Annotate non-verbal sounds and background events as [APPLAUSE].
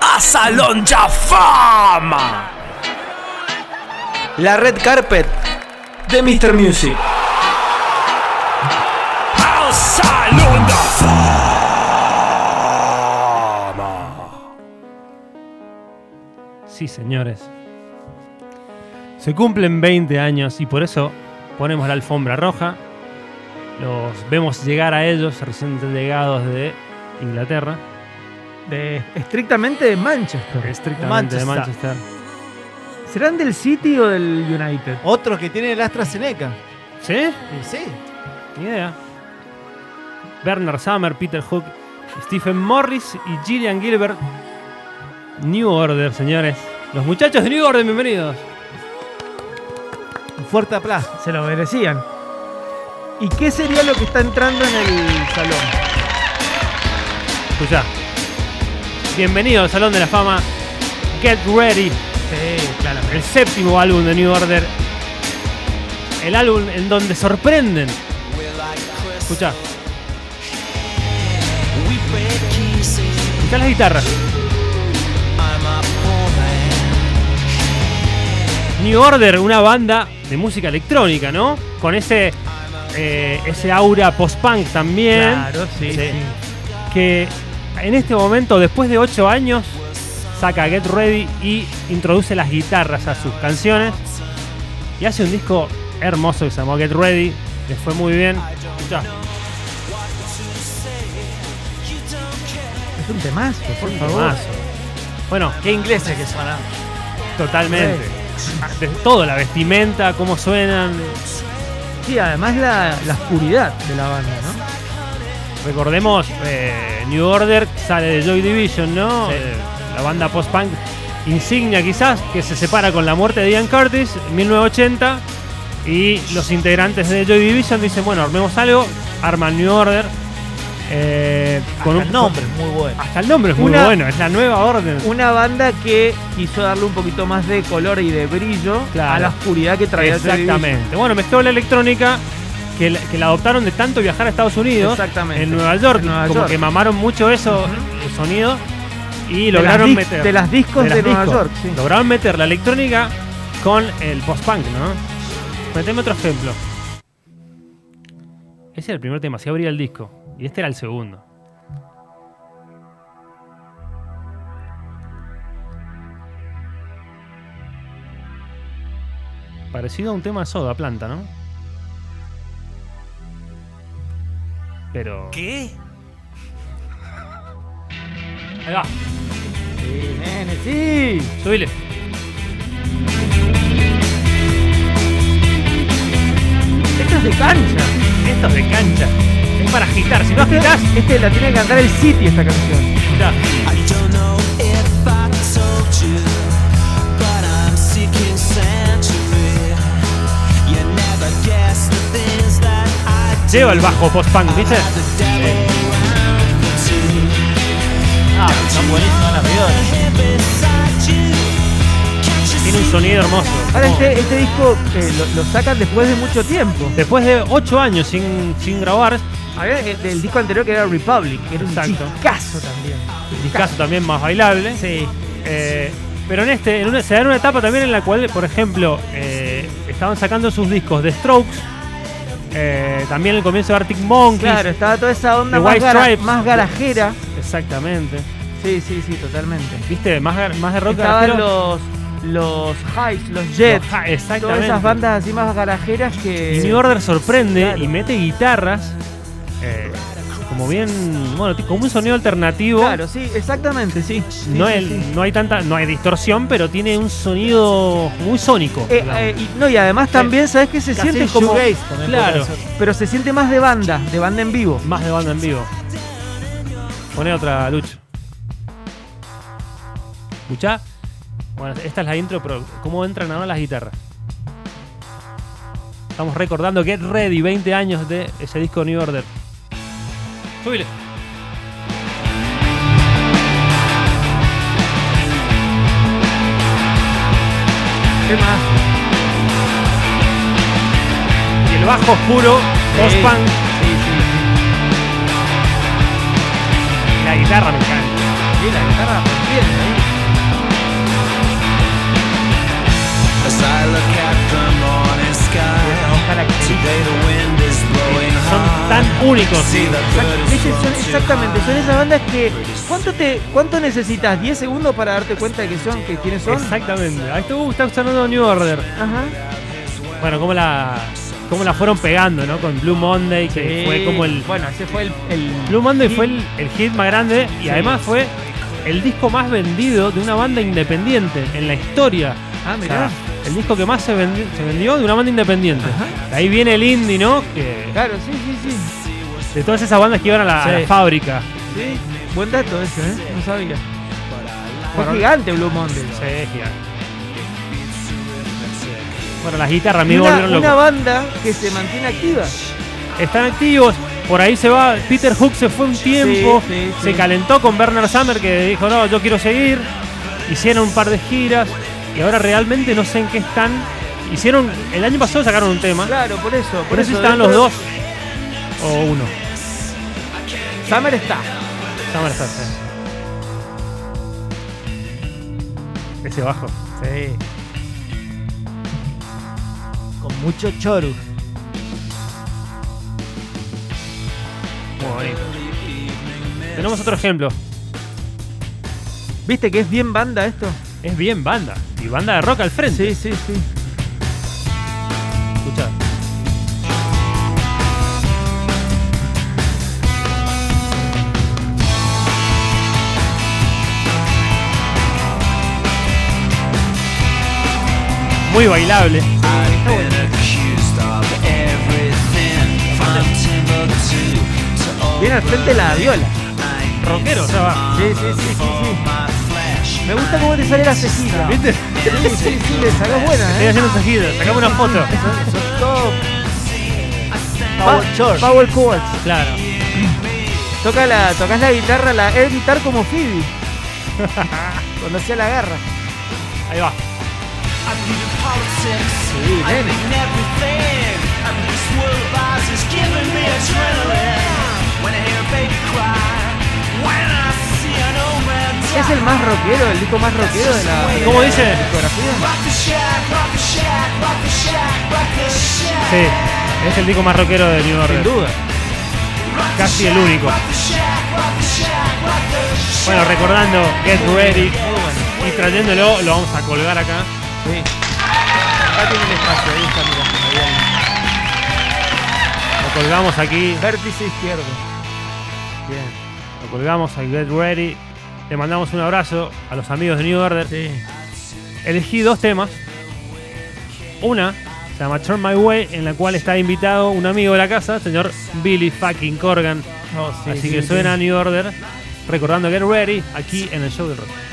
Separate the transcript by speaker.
Speaker 1: a Salón Fama. La red carpet de Mr. Music. A Salón Fama.
Speaker 2: Sí, señores. Se cumplen 20 años y por eso ponemos la alfombra roja. Los vemos llegar a ellos recién llegados de Inglaterra,
Speaker 3: De, estrictamente de Manchester.
Speaker 2: estrictamente de
Speaker 3: Manchester.
Speaker 2: Manchester.
Speaker 3: ¿Serán del City o del United?
Speaker 4: Otros que tienen el AstraZeneca.
Speaker 2: ¿Sí?
Speaker 4: Y sí.
Speaker 2: Ni idea. Bernard Summer, Peter Hook, Stephen Morris y Gillian Gilbert. New Order, señores. Los muchachos de New Order, bienvenidos.
Speaker 4: Un fuerte aplauso.
Speaker 3: Se lo merecían. ¿Y qué sería lo que está entrando en el salón?
Speaker 2: Escuchá. Bienvenidos al Salón de la Fama. Get Ready,
Speaker 3: Sí, claro.
Speaker 2: el séptimo álbum de New Order. El álbum en donde sorprenden. Escuchá. Escuchá las guitarras. New Order, una banda de música electrónica, ¿no? Con ese, eh, ese aura post-punk también.
Speaker 3: Claro, sí,
Speaker 4: Sí.
Speaker 3: sí.
Speaker 2: que en este momento, después de 8 años, saca Get Ready y introduce las guitarras a sus canciones. Y hace un disco hermoso que se llamó Get Ready. Les fue muy bien. Escuchá,
Speaker 3: Es un temazo, por favor.
Speaker 2: temazo. Bueno,
Speaker 4: Qué ingleses que son. ah.
Speaker 2: totalmente. De todo, la vestimenta, cómo suenan.
Speaker 3: Sí, además la, la oscuridad de la banda, ¿no?
Speaker 2: Recordemos, eh, New Order sale de Joy Division, ¿no? Eh, la banda post-punk insignia quizás, que se separa con la muerte de Ian Curtis en 1980. Y los integrantes de Joy Division dicen, bueno, armemos algo, arman New Order. eh, con
Speaker 4: Hasta
Speaker 2: un
Speaker 4: el nombre es muy bueno.
Speaker 2: Hasta el nombre es muy
Speaker 3: Una-
Speaker 2: bueno, es la nueva orden.
Speaker 3: Una banda que quiso darle un poquito más de color y de brillo
Speaker 2: Claro.
Speaker 3: a la oscuridad que traía Joy
Speaker 2: Exactamente. Bueno, mezcló la electrónica que la, que la adoptaron de tanto viajar a Estados Unidos.
Speaker 3: Exactamente.
Speaker 2: En Nueva York.
Speaker 3: En Nueva
Speaker 2: como
Speaker 3: York.
Speaker 2: que mamaron mucho eso, el sonido. Y
Speaker 3: Division. De las
Speaker 2: lograron
Speaker 3: dis-
Speaker 2: meter.
Speaker 3: De las discos de,
Speaker 2: de las
Speaker 3: Nueva
Speaker 2: discos.
Speaker 3: York, sí.
Speaker 2: Lograron meter la electrónica con el post-punk, ¿no? Meteme otro ejemplo. Ese era el primer tema, se abría el disco. Y este era el segundo. Parecido a un tema de soda planta, ¿no? Pero.
Speaker 1: ¿Qué?
Speaker 2: Ahí va,
Speaker 3: Sí, nene, sí.
Speaker 2: subile.
Speaker 3: Esto es de cancha.
Speaker 2: Esto es de cancha. Es para agitar. [LAUGHS] Si no
Speaker 3: Este,
Speaker 2: agitas,
Speaker 3: este la tiene que cantar el City esta canción.
Speaker 2: ya. Lleva el bajo post-punk, ¿viste?
Speaker 4: Ah, son buenísimos las violas.
Speaker 2: Tiene un sonido hermoso.
Speaker 3: Ahora
Speaker 2: Como-
Speaker 3: este,
Speaker 4: Oh.
Speaker 3: este disco eh, lo, lo sacan después de mucho tiempo.
Speaker 2: Después de 8 años sin, sin grabar,
Speaker 3: Había el, del disco anterior que era Republic, que era un
Speaker 2: Exacto.
Speaker 3: discazo también.
Speaker 2: discazo también más bailable.
Speaker 3: Sí.
Speaker 2: Eh, pero en este, en una- se da una etapa también en la cual, por ejemplo, eh, estaban sacando sus discos de Strokes, eh, también el comienzo de Arctic Monkeys.
Speaker 3: Claro, estaba toda esa onda
Speaker 2: The
Speaker 3: más,
Speaker 2: White
Speaker 3: gara-
Speaker 2: Stripes.
Speaker 3: más garajera.
Speaker 2: Exactamente.
Speaker 3: Sí, sí, sí, totalmente.
Speaker 2: ¿Viste? Más, gar- más de rock
Speaker 3: Estaban
Speaker 2: garajero.
Speaker 3: los, los Highs, los Jets,
Speaker 2: Los Hi-
Speaker 3: todas
Speaker 2: exactamente.
Speaker 3: esas bandas así más garajeras que...
Speaker 2: Y New Order sorprende
Speaker 3: Claro.
Speaker 2: y mete guitarras. eh, como bien, bueno, t- como un sonido alternativo.
Speaker 3: Claro, sí, exactamente, sí. Sí,
Speaker 2: no,
Speaker 3: sí,
Speaker 2: el-
Speaker 3: sí.
Speaker 2: no hay tanta, no hay distorsión, pero tiene un sonido muy sónico.
Speaker 3: Eh,
Speaker 2: digamos.
Speaker 3: eh, y, no, y además también, ¿sabes qué? Se
Speaker 4: Casi
Speaker 3: siente
Speaker 4: el
Speaker 3: como...
Speaker 4: shoegaze también
Speaker 2: Claro.
Speaker 4: podría ser.
Speaker 3: Pero se siente más de banda, de banda en vivo.
Speaker 2: Más de banda en vivo. Poné otra, Lucho. ¿Escuchá? Bueno, esta es la intro, pero ¿cómo entran ahora las guitarras? Estamos recordando Get Ready, 20 años de ese disco New Order. Subile.
Speaker 3: ¿Qué más?
Speaker 2: Y el bajo oscuro, post-punk. La guitarra me encanta.
Speaker 3: Sí, la guitarra bien ahí.
Speaker 2: Son tan únicos.
Speaker 3: Viste, son- exactamente, son esas bandas que. ¿Cuánto te cuánto necesitas? ¿10 segundos para darte cuenta de que son, que quiénes son?
Speaker 2: Exactamente. Ahí está, uh, está sonando New Order.
Speaker 3: Ajá.
Speaker 2: Bueno, cómo la, cómo la fueron pegando, ¿no? Con Blue Monday, que fue como el...
Speaker 3: Bueno, ese fue el. el
Speaker 2: Blue Monday
Speaker 3: hit.
Speaker 2: fue el, el hit más grande y
Speaker 3: Sí.
Speaker 2: además fue el disco más vendido de una banda independiente en la historia.
Speaker 3: Ah,
Speaker 2: O
Speaker 3: mirá.
Speaker 2: sea, el disco que más se vendi- se vendió, de una banda independiente.
Speaker 3: Ajá.
Speaker 2: De Ahí viene el indie, ¿no? Que-
Speaker 3: Claro, sí, sí, sí.
Speaker 2: de todas esas bandas que iban a la, a la
Speaker 3: Sí.
Speaker 2: fábrica.
Speaker 3: Sí, buen dato ese, ¿eh? No sabía. Fue
Speaker 2: Bueno,
Speaker 3: gigante Blue Monday.
Speaker 2: Sí, gigante. Bueno, las guitarras a mí
Speaker 3: Y
Speaker 2: me
Speaker 3: Una,
Speaker 2: volvieron
Speaker 3: una
Speaker 2: loco.
Speaker 3: banda que se mantiene activa.
Speaker 2: Están activos. Por ahí se va. Peter Hook se fue un tiempo.
Speaker 3: sí,
Speaker 2: se
Speaker 3: sí.
Speaker 2: calentó con Bernard Summer que dijo, no, yo quiero seguir. Hicieron un par de giras. Y ahora realmente no sé en qué están. Hicieron. El año pasado sacaron un tema.
Speaker 3: Claro, por eso. Por,
Speaker 2: ¿Ah? Por eso
Speaker 3: están
Speaker 2: estaban los dos. O uno.
Speaker 3: Summer está.
Speaker 2: Summer está, sí. Ese bajo.
Speaker 3: Sí.
Speaker 4: Con mucho choru.
Speaker 2: Muy bonito. Tenemos otro ejemplo.
Speaker 3: ¿Viste que es bien banda esto?
Speaker 2: Es bien banda. Y banda de rock al frente.
Speaker 3: Sí, sí, sí.
Speaker 2: Escuchá. Muy bailable.
Speaker 3: Viene al frente la viola.
Speaker 2: Rockero, o sea, va.
Speaker 3: Sí, sí, sí, sí, sí. Me gusta cómo te sale la cejilla. ¿Viste? Sí, sí, sí, le sacas buena,
Speaker 2: Estoy
Speaker 3: ¿eh?
Speaker 2: haciendo tejido. Sacame una foto.
Speaker 3: Son, son top.
Speaker 4: Power Chorus.
Speaker 3: Power chords.
Speaker 2: Claro.
Speaker 3: Toca la, tocas la guitarra, la air guitar como Phoebe. [LAUGHS] Cuando hacía la garra.
Speaker 2: Ahí va.
Speaker 3: Sí, nene. Es el más rockero, el disco más rockero de la.
Speaker 2: ¿Cómo dice?
Speaker 3: discografía.
Speaker 2: Sí. Es el disco más rockero de New
Speaker 3: Sin
Speaker 2: Order.
Speaker 3: duda.
Speaker 2: Casi el único. Bueno, recordando Get Ready y trayéndolo, lo vamos a colgar acá.
Speaker 3: Sí. Acá tiene el espacio, ahí está, mira.
Speaker 2: Lo colgamos aquí.
Speaker 3: Vértice izquierdo. Bien.
Speaker 2: Lo colgamos a Get Ready. Le mandamos un abrazo a los amigos de New Order. Elegí dos temas. Una se llama Turn My Way, en la cual está invitado un amigo de la casa, señor Billy fucking Corgan.
Speaker 3: No, sí,
Speaker 2: Así
Speaker 3: Oh, sí,
Speaker 2: que
Speaker 3: sí.
Speaker 2: suena New Order, recordando Get Ready aquí en el show del rock.